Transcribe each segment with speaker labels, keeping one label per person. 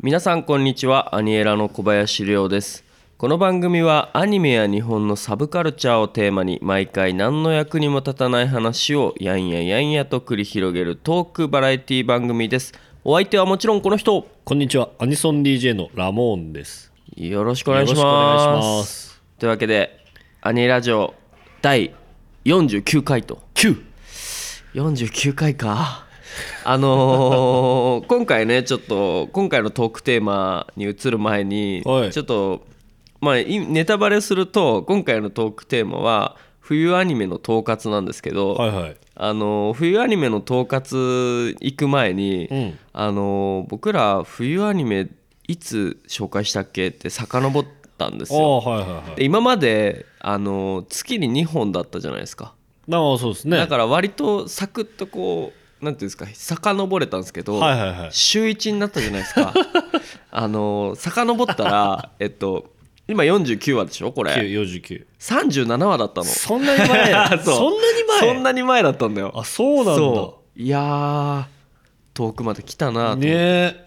Speaker 1: 皆さんこんにちはアニエラの小林亮ですこの番組はアニメや日本のサブカルチャーをテーマに毎回何の役にも立たない話をやんややんやと繰り広げるトークバラエティ番組ですお相手はもちろんこの人
Speaker 2: こんにちは、アニソン DJ のラモーンです。
Speaker 1: よろしくお願いします
Speaker 2: よろしくお願いします
Speaker 1: というわけでアニラジオ第49回と
Speaker 2: 9!
Speaker 1: 49回かあ のー今回ねちょっと今回のトークテーマに移る前に、
Speaker 2: はい
Speaker 1: ちょっとまあいネタバレすると今回のトークテーマは冬アニメの統括なんですけど、
Speaker 2: はいはい。
Speaker 1: あのー冬アニメの統括行く前に、
Speaker 2: うん
Speaker 1: あのー僕ら冬アニメいつ紹介したっけって遡ったんです
Speaker 2: あ
Speaker 1: よ。
Speaker 2: あ、はいはいはい。
Speaker 1: で今まで、あのー月に2本だったじゃないですか。
Speaker 2: なあ、そうですね。
Speaker 1: だから割とサクッとこうなんていうんですか遡れたんですけど、
Speaker 2: はいはいはい。
Speaker 1: 週1になったじゃないです かあの遡ったらえっと今49話でしょこれ
Speaker 2: 9、49。
Speaker 1: 37話だったの
Speaker 2: そんなに前
Speaker 1: そう
Speaker 2: そんなに前
Speaker 1: そんなに前だったんだよ
Speaker 2: あ、そうなんだ。
Speaker 1: そういやー遠くまで来たなと思って
Speaker 2: ねえ。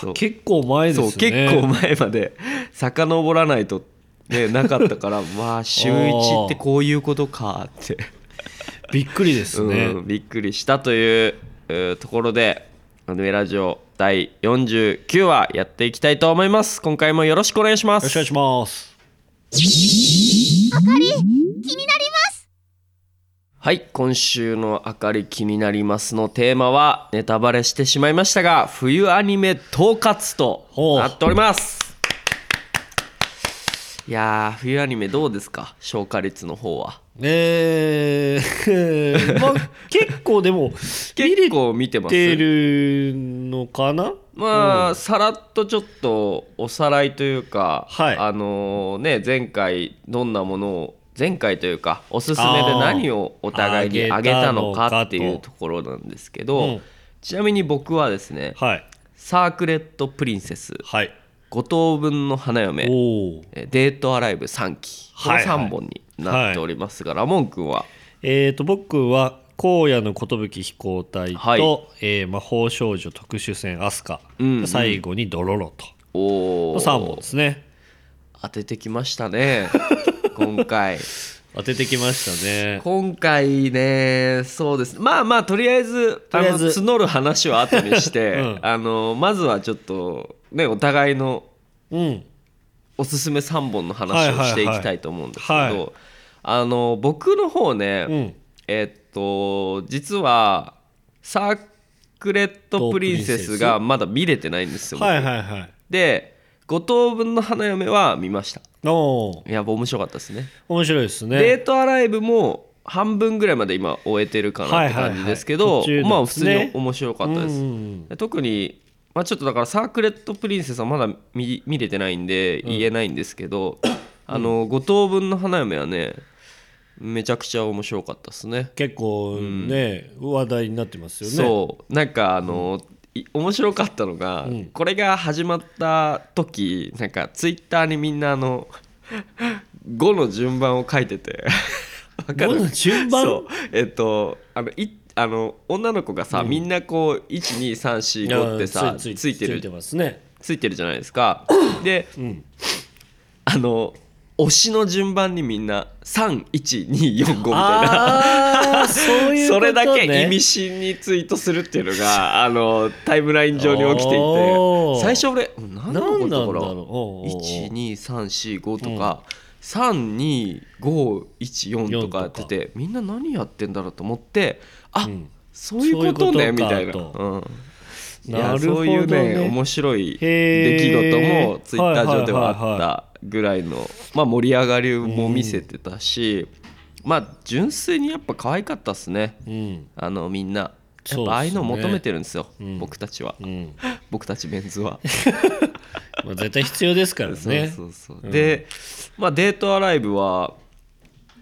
Speaker 1: そう
Speaker 2: 結構前です
Speaker 1: そ
Speaker 2: ね。
Speaker 1: う結構前まで 遡らないと、ね、なかった からまあ週1ってこういうことかって。
Speaker 2: びっくりですね。
Speaker 1: うん、びっくりしたというえーところで「アニメラジオ」第49話やっていきたいと思います今回もよろしくお願いしま
Speaker 2: よろし
Speaker 1: す
Speaker 2: くお願いします。
Speaker 1: はい今週の「あかり気になります」のテーマはネタバレしてしまいましたが冬アニメ統括と
Speaker 2: ほう
Speaker 1: なっておりますいやー冬アニメどうですか消化率の方は
Speaker 2: えー、まあ結構でも、見
Speaker 1: 結
Speaker 2: れ
Speaker 1: 構見てます
Speaker 2: てるのかな
Speaker 1: まあ、さらっとちょっとおさらいというか、
Speaker 2: はい
Speaker 1: あのね前回どんなものを前回というかおすすめで何をお互いにあ
Speaker 2: あー
Speaker 1: げたの
Speaker 2: あげた
Speaker 1: か
Speaker 2: のか
Speaker 1: っていうところなんですけど、
Speaker 2: うん
Speaker 1: ちなみに僕はですね
Speaker 2: はい。
Speaker 1: 「サークレット・プリンセス」
Speaker 2: はい。
Speaker 1: 「五等分の花嫁」
Speaker 2: おお。
Speaker 1: え「デート・アライブ」3期この
Speaker 2: はいはい
Speaker 1: 3本になっておりますが、ラモン君は
Speaker 2: えー、と僕は「荒野の寿飛行隊と」
Speaker 1: はい
Speaker 2: えー魔法少女特殊戦アスカ」
Speaker 1: うんうん
Speaker 2: 最後に「ドロロ」と
Speaker 1: お
Speaker 2: の
Speaker 1: ー
Speaker 2: 3本ですね
Speaker 1: 当ててきました ね今回。
Speaker 2: 当ててきましたね
Speaker 1: 今回ねそうですまあまあとりあえず
Speaker 2: とりあえず
Speaker 1: あの募る話は後にして、
Speaker 2: うん
Speaker 1: あのまずはちょっとねお互いの
Speaker 2: うん
Speaker 1: おすすめ3本の話をしていきたいと思うんですけど、
Speaker 2: はいはいはいはい
Speaker 1: あの僕の方ね、
Speaker 2: うん
Speaker 1: えっと実はサークレット・プリンセスがまだ見れてないんですよ、
Speaker 2: はいはいはい
Speaker 1: で五等分の花嫁は見ました
Speaker 2: おー
Speaker 1: いや面白かったですね
Speaker 2: 面白いですね
Speaker 1: デートアライブも半分ぐらいまで今終えてるかなって感じですけど、
Speaker 2: はいはいはい途中の
Speaker 1: まあ普通に面白かったです、
Speaker 2: うん
Speaker 1: 特に、まあ、ちょっとだからサークレット・プリンセスはまだ見見れてないんで言えないんですけど、あの五等分の花嫁はねめちゃくちゃ面白かったですね
Speaker 2: 結構ね、話題になってますよね
Speaker 1: そうなんかあの、い面白かったのが、これが始まった時なんかツイッターにみんなあの5の順番を書いてて わかる
Speaker 2: どの順番
Speaker 1: そうえっとあのいあの女の子がさ、みんなこう12345ってさついて
Speaker 2: つ
Speaker 1: る
Speaker 2: いてますね
Speaker 1: ついてるじゃないですかで、
Speaker 2: ん
Speaker 1: あの推しの順番にみんな31245みたいな
Speaker 2: ああそういうこ
Speaker 1: そ
Speaker 2: と、ね、
Speaker 1: れだけ意味深にツイートするっていうのがあのタイムライン上に起きていて
Speaker 2: おー
Speaker 1: 最初俺うん何の
Speaker 2: 何な
Speaker 1: こ
Speaker 2: んだ
Speaker 1: とから
Speaker 2: ろう
Speaker 1: 12345とか、32514とかやっててみんな何やってんだろうと思ってあ、
Speaker 2: ん
Speaker 1: そういうことね
Speaker 2: そういうこと
Speaker 1: み
Speaker 2: か
Speaker 1: たいな。
Speaker 2: と
Speaker 1: うんい
Speaker 2: な
Speaker 1: や
Speaker 2: るほ
Speaker 1: そ
Speaker 2: ど
Speaker 1: う
Speaker 2: ね
Speaker 1: いうね面白い出
Speaker 2: へー
Speaker 1: 来事もツイッター上では
Speaker 2: は
Speaker 1: あ
Speaker 2: いはいは
Speaker 1: っ
Speaker 2: い
Speaker 1: たぐらいの、まあ、盛り上がりも見せてたし、まあ純粋にやっぱ可愛かったっすね
Speaker 2: うん
Speaker 1: あのみんなや
Speaker 2: そ
Speaker 1: っ
Speaker 2: う
Speaker 1: ぱ
Speaker 2: ですね
Speaker 1: ああいうの求めてるんですよ
Speaker 2: うん
Speaker 1: 僕たちは、
Speaker 2: うん
Speaker 1: 僕たちメンズは。
Speaker 2: まあ、絶対必要ですから ね
Speaker 1: そうそうそう
Speaker 2: うん
Speaker 1: で、まあ、デートアライブは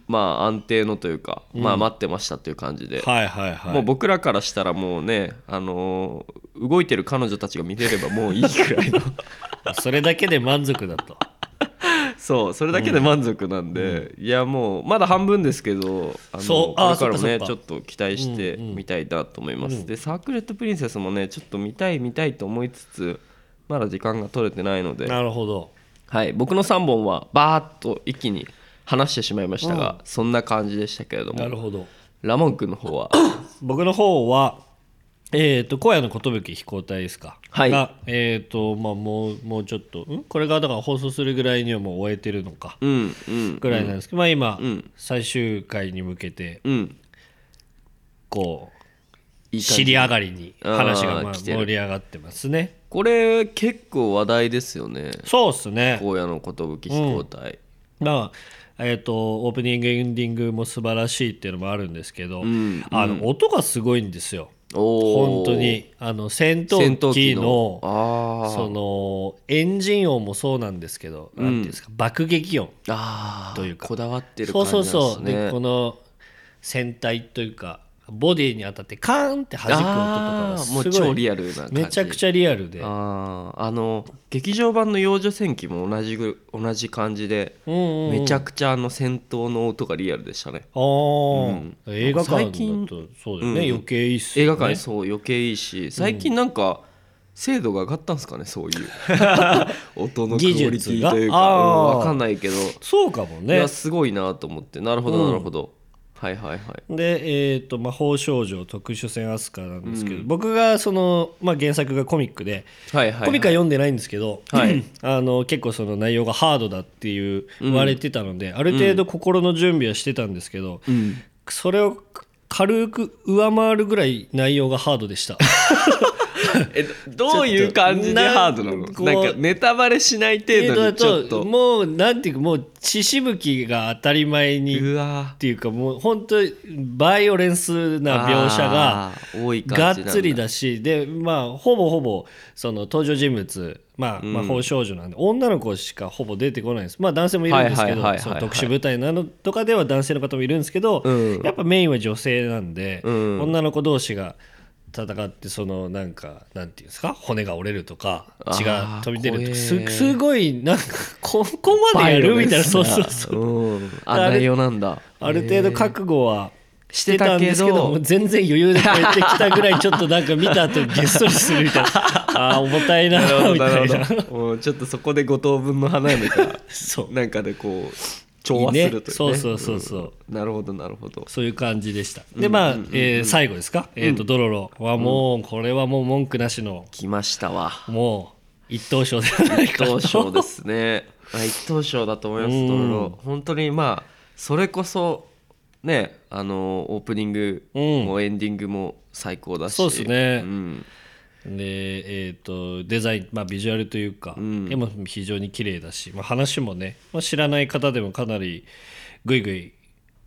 Speaker 1: まあ安定のというか、まあ待ってましたという感じで、
Speaker 2: はいはいはい
Speaker 1: もう僕らからしたらもうね、あのー 動いてる彼女たちが見れればもういいくらいの
Speaker 2: それだけで満足だと
Speaker 1: そうそれだけで満足なんで、いやもうまだ半分ですけどあの
Speaker 2: そう
Speaker 1: こ
Speaker 2: あ
Speaker 1: れ
Speaker 2: ー
Speaker 1: からも
Speaker 2: そ
Speaker 1: ね
Speaker 2: っか
Speaker 1: ち
Speaker 2: そ
Speaker 1: ょ
Speaker 2: っ
Speaker 1: っと期待して
Speaker 2: うんうん
Speaker 1: みたいなと思います、
Speaker 2: うん
Speaker 1: でサークレットプリンセスもねちょっと見たい見たいと思いつつまだ時間が取れてないので、
Speaker 2: なるほど
Speaker 1: はい、僕の3本はバーッと一気に話してしまいましたが、そんな感じでしたけれど
Speaker 2: なる
Speaker 1: も
Speaker 2: ほど
Speaker 1: ラモン君の方 は
Speaker 2: 僕の方はえっ、と荒野の寿飛行隊ですか
Speaker 1: はい
Speaker 2: がえっ、とまあもうもうちょっとんこれがだから放送するぐらいにはもう終えてるのか
Speaker 1: うんうん
Speaker 2: ぐらいなんですけど、まあ今、
Speaker 1: ん
Speaker 2: 最終回に向けて
Speaker 1: うん
Speaker 2: こう
Speaker 1: いい感じ
Speaker 2: 尻上がりに話がま
Speaker 1: あ
Speaker 2: あ
Speaker 1: ー来てる
Speaker 2: 盛り上がってますね
Speaker 1: これ結構話題ですよね
Speaker 2: そうっすね
Speaker 1: 荒野の寿飛行隊
Speaker 2: まあえー、とオープニングエンディングも素晴らしいっていうのもあるんですけど、
Speaker 1: ん
Speaker 2: あの音がすごいんですよ
Speaker 1: お
Speaker 2: 本
Speaker 1: ー
Speaker 2: 当にあの戦
Speaker 1: 戦
Speaker 2: 闘
Speaker 1: 闘
Speaker 2: 機
Speaker 1: 機
Speaker 2: の
Speaker 1: のあー
Speaker 2: そのエンジン音もそうなんですけど、なんていうんですか爆撃音
Speaker 1: あー
Speaker 2: というか
Speaker 1: こだわってる
Speaker 2: そ
Speaker 1: 感
Speaker 2: う
Speaker 1: じな
Speaker 2: そ
Speaker 1: ん
Speaker 2: う
Speaker 1: ですね
Speaker 2: そうでこの船体というかボディに当たってカーンって弾く音とかが
Speaker 1: あーもう
Speaker 2: すご
Speaker 1: 超
Speaker 2: い
Speaker 1: リアルな感じ
Speaker 2: めちゃ
Speaker 1: ゃ
Speaker 2: くちゃリアルで、
Speaker 1: あーあの劇場版の幼女戦記も同じぐ同じ感じで、
Speaker 2: うんうんうん
Speaker 1: めちゃくちゃあの戦闘の音がリアルでしたね
Speaker 2: あー
Speaker 1: ん
Speaker 2: 映画館だ
Speaker 1: 最
Speaker 2: と
Speaker 1: 近
Speaker 2: そうだよね、
Speaker 1: うん
Speaker 2: 余計いいっす
Speaker 1: 映
Speaker 2: よ
Speaker 1: 画
Speaker 2: ね
Speaker 1: 館そう余計いいし最近なんか精度が上がったんですかねそうい う音のクオリティという
Speaker 2: 技術が
Speaker 1: か
Speaker 2: あー
Speaker 1: 分かんないけど
Speaker 2: そうかも
Speaker 1: い
Speaker 2: ね
Speaker 1: やすごいなと思ってなるほどなるほどはいはいはい
Speaker 2: で、えーと魔法少女特殊戦アスカなんですけど、僕がその、まあ、原作がコミックで、
Speaker 1: はいはい
Speaker 2: コミックは読んでないんですけど、
Speaker 1: はい
Speaker 2: あの結構その内容がハードだっていう言われてたので、ある程度心の準備はしてたんですけど、
Speaker 1: うん
Speaker 2: それを軽く上回るぐらい内容がハード でした。
Speaker 1: えどういう感じでハードなの
Speaker 2: ちょっと
Speaker 1: な
Speaker 2: なんん
Speaker 1: かネタバレしない程
Speaker 2: 程
Speaker 1: 度
Speaker 2: 度
Speaker 1: にちょっ
Speaker 2: だ
Speaker 1: と
Speaker 2: ともうなんていうかもう血しぶきが当たり前に
Speaker 1: うわ
Speaker 2: っていうかもう本当バイオレンスな描写が
Speaker 1: あー多い
Speaker 2: が
Speaker 1: 感
Speaker 2: っ
Speaker 1: じなんだ
Speaker 2: つりだしでまあほぼほぼその登場人物まあ魔法少女なんで、女の子しかほぼ出てこないんですまあ男性もいるんですけど
Speaker 1: はいはいはいはいはい
Speaker 2: その特殊部隊なのとかでは男性の方もいるんですけど、
Speaker 1: うん
Speaker 2: やっぱメインは女性なんで、
Speaker 1: うん
Speaker 2: 女の子同士が戦ってそのなんかなんていうんですか骨が折れるとか
Speaker 1: あー
Speaker 2: 血が飛び出るとか
Speaker 1: 怖え
Speaker 2: すすごいなんかここまでやるみたいなそうそうそ
Speaker 1: う、
Speaker 2: う
Speaker 1: ん、あ内容なんだ
Speaker 2: ある程度覚悟はしてたんです
Speaker 1: して
Speaker 2: け
Speaker 1: た
Speaker 2: ど
Speaker 1: けど
Speaker 2: もう全然余裕で超えてきたぐらいちょっとなんか見た後にげっそりする みたいなあー重たいな
Speaker 1: なるほど
Speaker 2: み
Speaker 1: な
Speaker 2: たい
Speaker 1: る
Speaker 2: な
Speaker 1: ほどうんちょっとそこで5等分の花嫁が
Speaker 2: そう
Speaker 1: なんかでこう調和するという、ね、
Speaker 2: そうそうそうそう
Speaker 1: なるほどなるほど
Speaker 2: そういう感じでしたでまあえー最後ですかえーとドロロはもうこれはもう文句なしの
Speaker 1: 来ましたわ
Speaker 2: もう一等賞じゃない
Speaker 1: 一
Speaker 2: か
Speaker 1: 等
Speaker 2: と
Speaker 1: 賞ですね あ一等賞だと思いますドロロ本当にまあそれこそねあのオープニング
Speaker 2: うん
Speaker 1: もエンディングも最高だし、
Speaker 2: そうっすね
Speaker 1: うん
Speaker 2: でえーとデザインまあビジュアルというか絵も非常に綺麗だしまあ話もねまあ知らない方でもかなりぐいぐい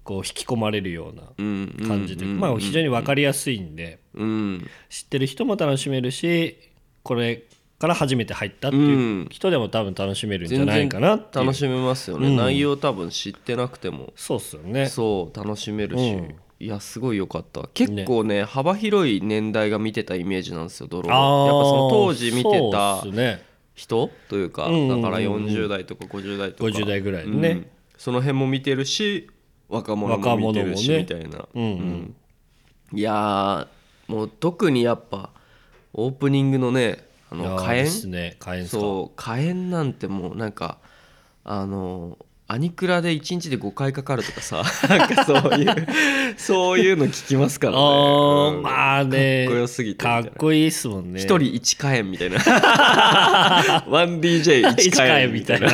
Speaker 2: こう引き込まれるような
Speaker 1: うんうん
Speaker 2: 感じで、まあ、非常に分かりやすいんで、
Speaker 1: うん
Speaker 2: 知ってる人も楽しめるしこれから初めて入ったっていう人でも多分楽しめるんじゃないかなっていう
Speaker 1: 楽しめますよね、内容多分知ってなくても
Speaker 2: そうっすよね
Speaker 1: そう楽しめるし、いやすごい良かった結構ね幅広い年代が見てたイメージなんですよドローン
Speaker 2: ー
Speaker 1: やっぱその当時見てた
Speaker 2: そうっすね
Speaker 1: 人というかだ
Speaker 2: んうんうん
Speaker 1: から40代とか50代とか
Speaker 2: 50代ぐらいで
Speaker 1: う
Speaker 2: ね
Speaker 1: ん、その辺も見てるし若者も見てるし、み
Speaker 2: 若
Speaker 1: た
Speaker 2: 者
Speaker 1: いな、
Speaker 2: うんうん
Speaker 1: うんいやーもう特にやっぱオープニングのねあ
Speaker 2: いや
Speaker 1: の
Speaker 2: ー
Speaker 1: 火
Speaker 2: いい
Speaker 1: 炎
Speaker 2: っすね火炎っすか
Speaker 1: そう火炎なんてもうなんかあのアニクラで1日で5回かかるとかさ なんかそういうそういうの聞きますからね
Speaker 2: あー
Speaker 1: うん
Speaker 2: まあね
Speaker 1: かっこよすぎてみた
Speaker 2: か
Speaker 1: い
Speaker 2: っ
Speaker 1: な
Speaker 2: こいいっすもんね
Speaker 1: 一人1火炎み たいな 1DJ1 火炎みたい ない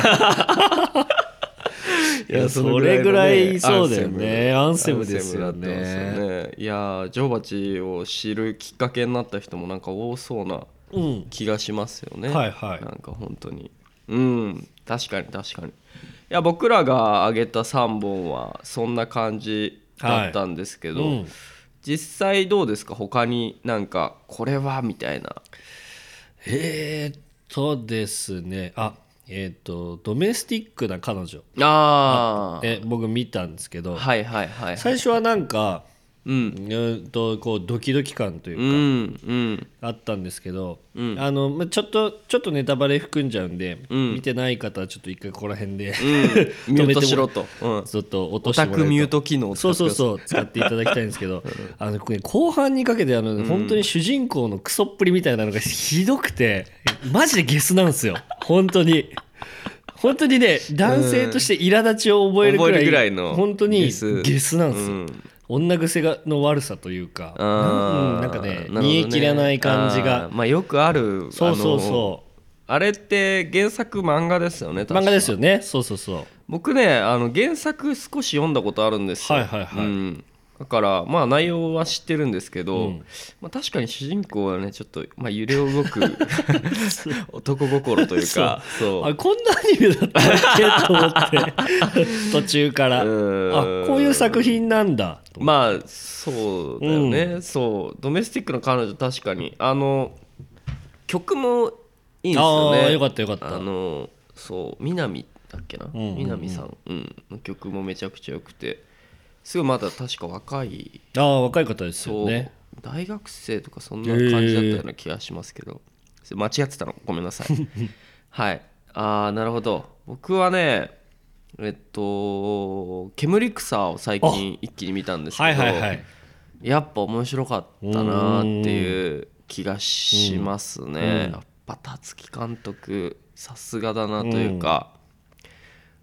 Speaker 2: いやそれぐらいそうだよねアンセムです
Speaker 1: アンセムだ
Speaker 2: よね
Speaker 1: ったんですよねいやージョーバチを知るきっかけになった人もなんか多そうな
Speaker 2: うん
Speaker 1: 気がしますよね
Speaker 2: はいはい
Speaker 1: なんか本当にうん確かに確かにいや僕らが挙げた3本はそんな感じだったんですけど、
Speaker 2: はいうん
Speaker 1: 実際どうですか他になんかこれはみたいな
Speaker 2: えーっとですねあえーっとドメスティックな彼女
Speaker 1: ああ
Speaker 2: え僕見たんですけど
Speaker 1: はいはいはいはい
Speaker 2: 最初はなんか
Speaker 1: うん
Speaker 2: うんとこうドキドキ感という
Speaker 1: う
Speaker 2: か、
Speaker 1: んうん
Speaker 2: あったんですけど、あのまあちょっとちょっとネタバレ含んじゃうんで、見てない方はちょっと一回ここら辺で、
Speaker 1: ミ
Speaker 2: 止
Speaker 1: ュー
Speaker 2: めて
Speaker 1: ト
Speaker 2: も
Speaker 1: しろと、うん、
Speaker 2: ちょっと落と
Speaker 1: オ
Speaker 2: して
Speaker 1: タ
Speaker 2: もらえ
Speaker 1: ク
Speaker 2: ると
Speaker 1: ミュート機能を使
Speaker 2: そ
Speaker 1: って
Speaker 2: う
Speaker 1: く
Speaker 2: そう
Speaker 1: ださい
Speaker 2: そう使っていただきたいんですけど あのこれ後半にかけてあの、ね本当に主人公のクソっぷりみたいなのが ひどくてマジでゲスなんですよ本当に本当にね男性として苛立ちを覚えるく
Speaker 1: 覚え
Speaker 2: らい,、
Speaker 1: るぐらいの
Speaker 2: 本当に
Speaker 1: ゲ
Speaker 2: ゲ
Speaker 1: ス
Speaker 2: スなんですよ、
Speaker 1: うん
Speaker 2: 女癖がの悪さというか
Speaker 1: あー
Speaker 2: うんなんかね
Speaker 1: なるほど
Speaker 2: 煮え切らない感じ
Speaker 1: あー
Speaker 2: が
Speaker 1: まあよくある
Speaker 2: そうそう
Speaker 1: う
Speaker 2: そ
Speaker 1: あれって原作漫画ですよね
Speaker 2: う漫画です
Speaker 1: よ
Speaker 2: よねそうそうそう
Speaker 1: 僕ねあの原作少し読んだことあるんですよ
Speaker 2: はいはいはい
Speaker 1: うんだからまあ内容は知ってるんですけど、
Speaker 2: うん
Speaker 1: まあ、確かに主人公はねちょっと、まあ、揺れ動 く男心というかそう
Speaker 2: あこんなアニメだったっけと思って 途中からあ
Speaker 1: うん
Speaker 2: こういう作品なんだと思っ
Speaker 1: まあそうだよね、そうドメスティックの彼女確かにあの曲もいいんで
Speaker 2: て
Speaker 1: すよね
Speaker 2: あーよかったよかった
Speaker 1: あのそう南だっけな、
Speaker 2: んうん
Speaker 1: 南さん、うん、の曲もめちゃくちゃ良くてすごいまだ確か若い
Speaker 2: ああ若い方です
Speaker 1: そ
Speaker 2: よ
Speaker 1: う、
Speaker 2: ね
Speaker 1: 大学生とかそんな感じだったような気がしますけど、それ間違ってたのごめんなさ いはいああなるほど僕はねえっと「煙草」を最近一気に見たんですけど、
Speaker 2: はいは いはい
Speaker 1: やっぱ面白かったなっていう気がしますね、
Speaker 2: うん
Speaker 1: やっぱ辰木監督さすがだなというか、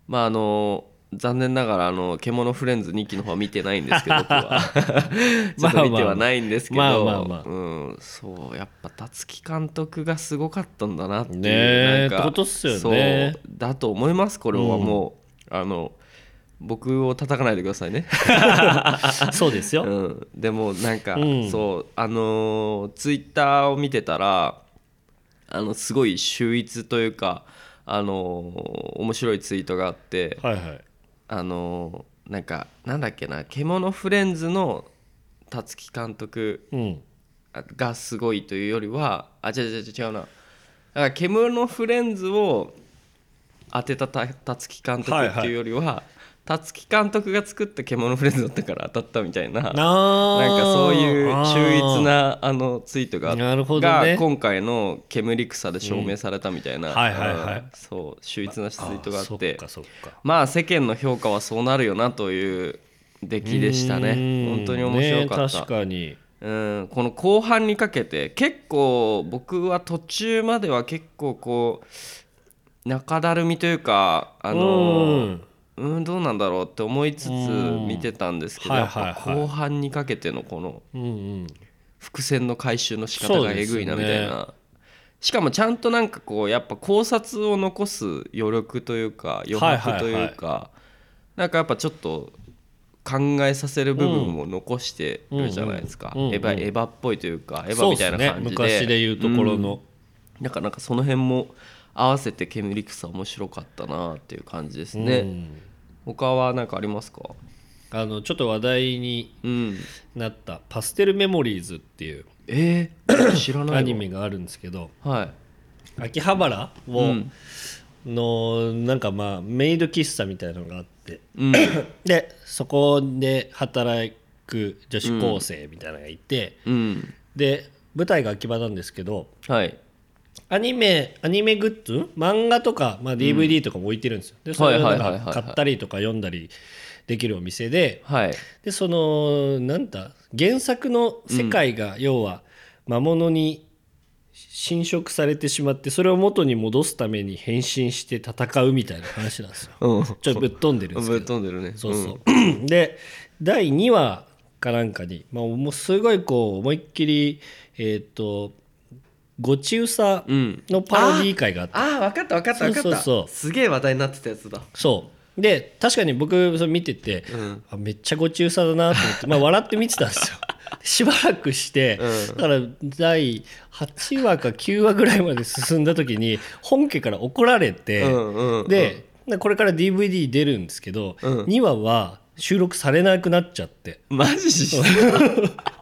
Speaker 1: まああの残念ながらあの「獣フレンズ」2期の方は見てないんですけど僕 は ちょっと見てはないんですけど
Speaker 2: まあまあまあ
Speaker 1: うん、そうやっぱ辰木監督がすごかったんだなっていう
Speaker 2: ね
Speaker 1: な
Speaker 2: え
Speaker 1: んか
Speaker 2: ってことっすよね
Speaker 1: そうだと思いますこれはもう、あの僕を叩かないでくださいね
Speaker 2: そうですよ、
Speaker 1: うん、でもなんか、
Speaker 2: うん
Speaker 1: そうあのツイッター Twitter を見てたらあのすごい秀逸というかあのー面白いツイートがあって
Speaker 2: はいはい
Speaker 1: あのーなんかなんだっけな「獣フレンズ」の辰木監督
Speaker 2: うん
Speaker 1: がすごいというよりはあ違う違う違う違うなだから「獣フレンズ」を当てたた辰木監督っていうよりは、辰木監督が作った「獣フレンズ」だったから当たったみたいな
Speaker 2: あー
Speaker 1: なんかそういう秀逸なあのツイートがあっ
Speaker 2: なるほどね
Speaker 1: が今回の「煙草」で証明されたみたいな、
Speaker 2: はいはいはい
Speaker 1: うんそう秀逸なツイ
Speaker 2: あー
Speaker 1: ートがあって
Speaker 2: そっかそっか
Speaker 1: まあ世間の評価はそうなるよなという出来でしたね
Speaker 2: うん
Speaker 1: 本当に面白かった、
Speaker 2: ね確かに
Speaker 1: うん、この後半にかけて結構僕は途中までは結構こう中だるみというかあの
Speaker 2: うん
Speaker 1: うんどうなんだろうって思いつつ
Speaker 2: うん
Speaker 1: 見てたんですけど、
Speaker 2: はいはいはい
Speaker 1: やっぱ後半にかけてのこの
Speaker 2: うんうん
Speaker 1: 伏線の回収の仕方
Speaker 2: そ
Speaker 1: が
Speaker 2: う
Speaker 1: え
Speaker 2: です
Speaker 1: ぐ
Speaker 2: ね
Speaker 1: いなみたいな、しかもちゃんとなんかこうやっぱ考察を残す余力というか余白というか、なんかやっぱちょっと考えさせる部分も残してるじゃないですか、
Speaker 2: うんうんうん
Speaker 1: エヴァエヴァっぽいというかエヴァみたいな感じで
Speaker 2: そうっすね、昔で言うところの、
Speaker 1: うんなんかなんかその辺も合わせて煙草面白かったなっていう感じですね、
Speaker 2: うん
Speaker 1: 他は何かありますか
Speaker 2: あのちょっと話題に
Speaker 1: うん
Speaker 2: なった「パステルメモリーズ」っていう
Speaker 1: えー知らないわ
Speaker 2: アニメがあるんですけど
Speaker 1: はい
Speaker 2: 秋葉原を、
Speaker 1: うん
Speaker 2: のなんかまあメイド喫茶みたいなのがあって
Speaker 1: うん
Speaker 2: でそこで働く女子高生みたいなのがいて、
Speaker 1: うん
Speaker 2: で舞台が秋葉なんですけど
Speaker 1: はい
Speaker 2: アニメアニメグッズ漫画とか、まあ、DVD とかも置いてるんですよ、でそれをな
Speaker 1: は
Speaker 2: ん
Speaker 1: いはいはいは
Speaker 2: か
Speaker 1: いはい
Speaker 2: 買ったりとか読んだりできるお店で
Speaker 1: はい。
Speaker 2: でそのなんだ原作の世界が要は魔物に侵食されてしまってそれを元に戻すために変身して戦うみたいな話なんですよ
Speaker 1: うん
Speaker 2: ちょっとぶっ飛んでるんです
Speaker 1: ぶ
Speaker 2: け
Speaker 1: っ
Speaker 2: ど
Speaker 1: 飛んでるね
Speaker 2: そうそう、 で第2話かなんかに、まあ、もうすごいこう思いっきりえっ、とごちうさ
Speaker 1: ん
Speaker 2: のパロディー会があって、
Speaker 1: ああ分かった分かった分かった
Speaker 2: そうそうそう
Speaker 1: すげえ話題になってたやつだ
Speaker 2: そうで確かに僕それ見てて、あめっちゃごちうさだなと思って、まあ、笑って見てた んですよしばらくして、だから第8話か9話ぐらいまで進んだ時に本家から怒られて、
Speaker 1: うんうんうん
Speaker 2: ででこれから DVD 出るんですけど、
Speaker 1: うん
Speaker 2: 2話は収録されなくなっちゃって
Speaker 1: マジ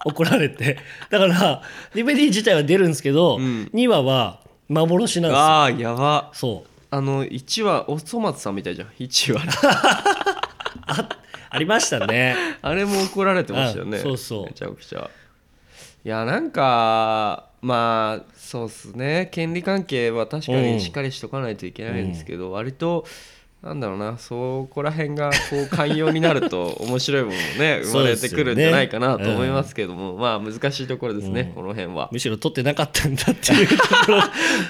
Speaker 2: 怒られてだから DVD 自体は出るんですけど、
Speaker 1: ん
Speaker 2: 2話は幻なんですよ
Speaker 1: ああやば
Speaker 2: そう
Speaker 1: あの1話おそ松さんみたいじゃん1話
Speaker 2: あありましたね
Speaker 1: あれも怒られてましたよね
Speaker 2: あそうそう
Speaker 1: めちゃくちゃいやなんかまあそうっすね権利関係は確か
Speaker 2: うん
Speaker 1: にしっかりしとかないといけないんですけど、割となんだろうなそこら辺がこう寛容になる と面白いものもね生まれてくるんじゃないかなと思いますけども、まあ難しいところですね、この辺は
Speaker 2: むしろ取ってなかったんだっていうところ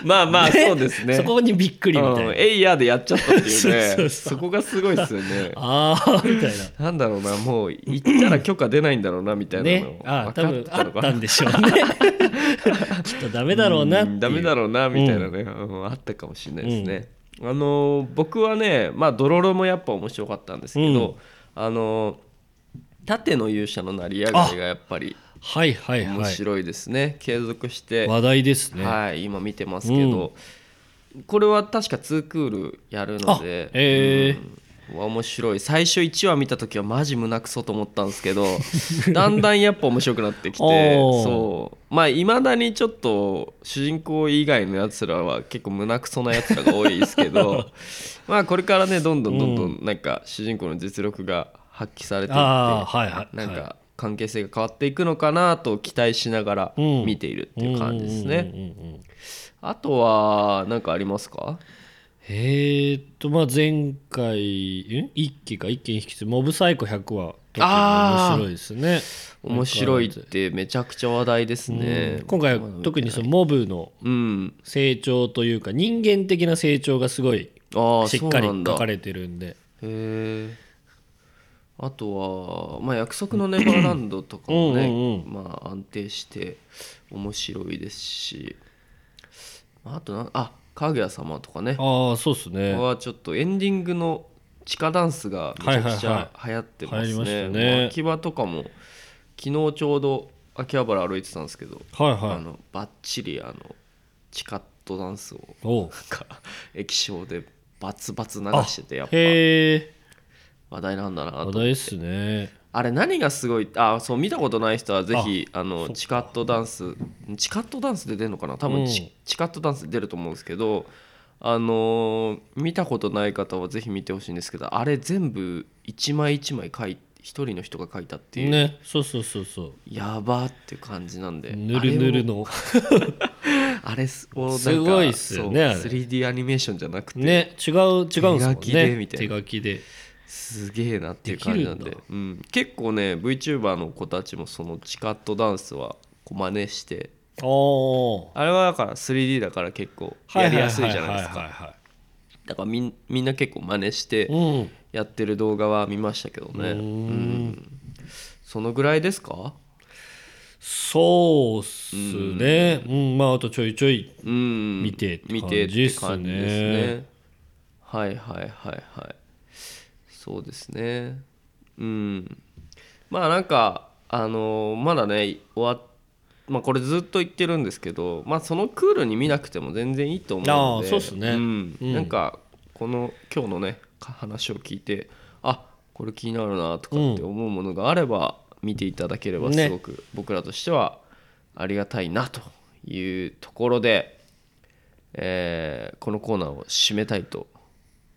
Speaker 1: まあ まあそうですね
Speaker 2: そこにびっくりみたいな、
Speaker 1: うん、えいやでやっちゃったっていうね
Speaker 2: そうそうそう
Speaker 1: そこがすごいですよね
Speaker 2: ああみたいな
Speaker 1: なんだろうなもう行ったら許可出ないんだろうなみたいなの
Speaker 2: ね、ああ
Speaker 1: 分かっ
Speaker 2: 多分
Speaker 1: た
Speaker 2: あ
Speaker 1: の
Speaker 2: っ
Speaker 1: か
Speaker 2: たんでしょ うねきっとダメだろうなってい
Speaker 1: ん
Speaker 2: う
Speaker 1: ダメだ
Speaker 2: ろ
Speaker 1: ろうなみたいなね、うんあったかもしれないですね、あのー僕はねまあドロロもやっぱ面白かったんですけど、
Speaker 2: うん
Speaker 1: あのー盾の勇者の成り上がりがやっぱり
Speaker 2: はいはい
Speaker 1: 面
Speaker 2: はい
Speaker 1: 白いですね、継続して、
Speaker 2: 話題ですね、
Speaker 1: はい今見てますけど、これは確か2クールやるので
Speaker 2: あへ
Speaker 1: うん面白い最初1話見た時はマジ胸くそと思ったんですけど だんだんやっぱ面白くなってきて
Speaker 2: おー
Speaker 1: そうまあいまだにちょっと主人公以外のやつらは結構胸くそなやつらが多いですけ ど まあこれからねどんどんどんどんなんか主人公の実力が発揮されていって、
Speaker 2: あーはいはい
Speaker 1: なん
Speaker 2: は
Speaker 1: か関係性が変わっていくのかなと期待しながら
Speaker 2: うん
Speaker 1: 見ているっていう感じですね。
Speaker 2: うんうんうんうん
Speaker 1: あとは何かありますか
Speaker 2: えーっとまあ前回ん一期か一期に引き続き「モブサイコ100話」特に
Speaker 1: あー
Speaker 2: 面白いですね
Speaker 1: 面白いってめちゃくちゃ話題ですね。
Speaker 2: 今回は特にそのモブの
Speaker 1: うん、
Speaker 2: 成長というか人間的な成長がすごい
Speaker 1: ああ
Speaker 2: し
Speaker 1: そ
Speaker 2: っ
Speaker 1: う
Speaker 2: かり
Speaker 1: なんだ。
Speaker 2: 書か
Speaker 1: へ
Speaker 2: れてるんで
Speaker 1: え。あとは、まあ、約束のネバーランドとかもね
Speaker 2: うん
Speaker 1: まあ、安定して面白いですしまああとなあかぐや様とかねこ
Speaker 2: ああそうです
Speaker 1: れ
Speaker 2: ね
Speaker 1: はちょっとエンディングの地下ダンスがめちゃくち
Speaker 2: はいは
Speaker 1: ゃ流行ってます
Speaker 2: 流行りました
Speaker 1: ね。
Speaker 2: ね
Speaker 1: もう秋葉とかも昨日ちょうど秋葉原歩いてたんですけど
Speaker 2: はい
Speaker 1: あ
Speaker 2: はい
Speaker 1: のバッチリあのチカットダンスをなん
Speaker 2: おう
Speaker 1: か液晶でバツバツ流しててやっぱ
Speaker 2: へえ
Speaker 1: 話題なんだな
Speaker 2: 話
Speaker 1: と
Speaker 2: 題ですね
Speaker 1: あれ何がすごいあそう見たことない人はぜひあ
Speaker 2: そっ
Speaker 1: の
Speaker 2: か
Speaker 1: チカットダンスチカットダンスで出るのかな多分チ,、
Speaker 2: うん
Speaker 1: チカットダンスで出ると思うんですけどあのー見たことない方はぜひ見てほしいんですけどあれ全部一枚一枚書い一人の人が書いたっていう、
Speaker 2: ねそうそうそうそ
Speaker 1: やばっていう感じなんで
Speaker 2: うぬる
Speaker 1: あれ
Speaker 2: ぬる
Speaker 1: を
Speaker 2: の
Speaker 1: あれすをなんか
Speaker 2: すごいっすよね
Speaker 1: そう
Speaker 2: あれ
Speaker 1: 3D アニメーションじゃなくて、
Speaker 2: ね違う違うんですもん
Speaker 1: 手書きで
Speaker 2: ね
Speaker 1: みたいな
Speaker 2: 手書きです
Speaker 1: げえなっていう感じなんで
Speaker 2: できるんだ
Speaker 1: うん、結構ね VTuber の子たちもそのチカットダンスはこう真似して
Speaker 2: ああ
Speaker 1: あれはだから 3D だから結構やりやすいじゃないですか
Speaker 2: か。
Speaker 1: だからみんみんな結構真似して
Speaker 2: うん。
Speaker 1: やってる動画は見ましたけどね
Speaker 2: うー
Speaker 1: う
Speaker 2: ん
Speaker 1: んそのぐらいですか
Speaker 2: そうっすね。うん、まああとちょいちょい。
Speaker 1: うん
Speaker 2: 見てって感じ
Speaker 1: 見てって感じです
Speaker 2: っす
Speaker 1: ね
Speaker 2: ね
Speaker 1: はいはいはいはいそうですねうんまあなんかあのーまだね終わっまあこれずっと言ってるんですけどまあそのクールに見なくても全然いいと思うので
Speaker 2: あーそうっすね
Speaker 1: ん
Speaker 2: うん
Speaker 1: なんかこの今日のねか話を聞いてあこれ気になるなとかって思うものがあれば見ていただければ
Speaker 2: ね
Speaker 1: すごく僕らとしてはありがたいなというところで、えーこのコーナーを締めたいと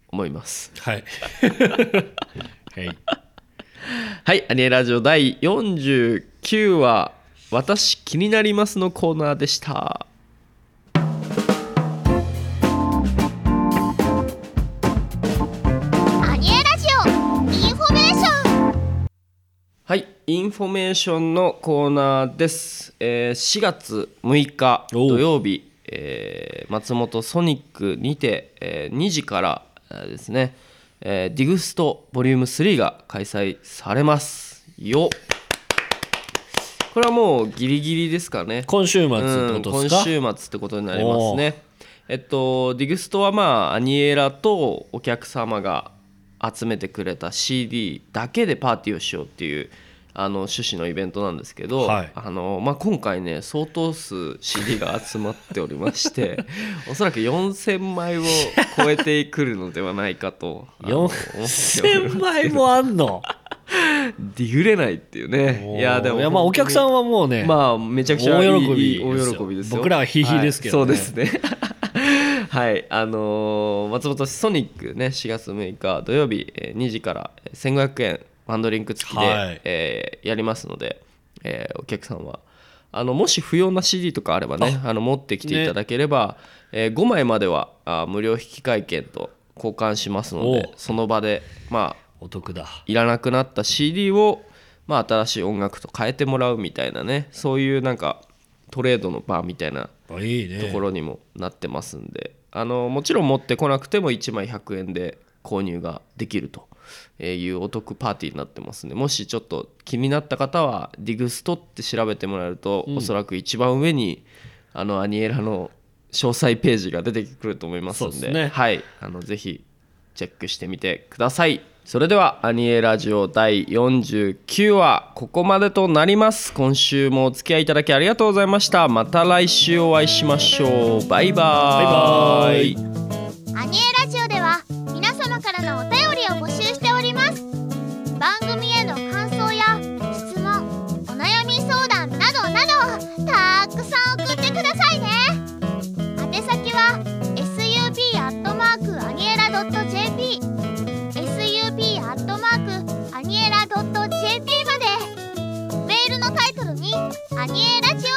Speaker 1: 思います。
Speaker 2: はい。はい。
Speaker 1: はい、アニエラジオ第49話「私気になります」のコーナーでした。
Speaker 3: アニエラジオインフォメーション
Speaker 1: はい、インフォメーションのコーナーです。えー4月6日
Speaker 2: おう
Speaker 1: 土曜日、えー松本ソニックにて、えー2時からえーですね、えーディグストボリューム3が開催されますよ。これはもうギリギリですかね。
Speaker 2: 今週末ってことですか。
Speaker 1: うん、今週末ってことになりますねえっとディグストはまあアニエラとお客様が集めてくれた CD だけでパーティーをしようっていうあの趣旨のイベントなんですけど、
Speaker 2: はい
Speaker 1: あのまあ、今回ね相当数 CD が集まっておりまして おそらく4,000枚を超えてくるのではないかとあの思っており
Speaker 2: 四
Speaker 1: ます
Speaker 2: 千枚もあんの。
Speaker 1: ディグれないっていう ねいやでも
Speaker 2: いやまあお客さんはもうね。
Speaker 1: まあめちゃくちゃいい
Speaker 2: 大喜
Speaker 1: い
Speaker 2: び
Speaker 1: い大喜びですよ
Speaker 2: 僕らはヒーヒーですけどね
Speaker 1: はいそうですねはいあのー松本ソニックね4月6日土曜日えー2時からえー1500円ワンドリンク付きで、
Speaker 2: はい
Speaker 1: えーやりますので、えーお客さんはあのもし不要な CD とかあればねあの持ってきていただければ、え5枚まではあー無料引換券と交換しますので
Speaker 2: おう
Speaker 1: その場でまあ
Speaker 2: お得だ
Speaker 1: いらなくなった CD を、まあ、新しい音楽と変えてもらうみたいなねそういうなんかトレードの場みたいな
Speaker 2: あいいね
Speaker 1: ところにもなってますんで、あのもちろん持ってこなくても1枚100円で購入ができるというお得パーティーになってますんでもしちょっと気になった方は「ディグスト」って調べてもらえると、おそらく一番上にあのアニエラの詳細ページが出てくると思いますん
Speaker 2: そう
Speaker 1: で
Speaker 2: ですね
Speaker 1: はい、あのぜひチェックしてみてくださいそれでは「アニエラジオ第49話」ここまでとなります今週もお付き合いいただきありがとうございましたまた来週お会いしましょうバイバ
Speaker 2: バイバ
Speaker 1: ー
Speaker 2: イ
Speaker 1: イ
Speaker 3: アニエラジオでは皆様からのお便りを募集しております番組への感想や質問お悩み相談などなどたくさん送ってくださいね宛先は sub アットマークアニエラドット jp sub アットマークアニエラドット jp までメールのタイトルに「アニエラジオ」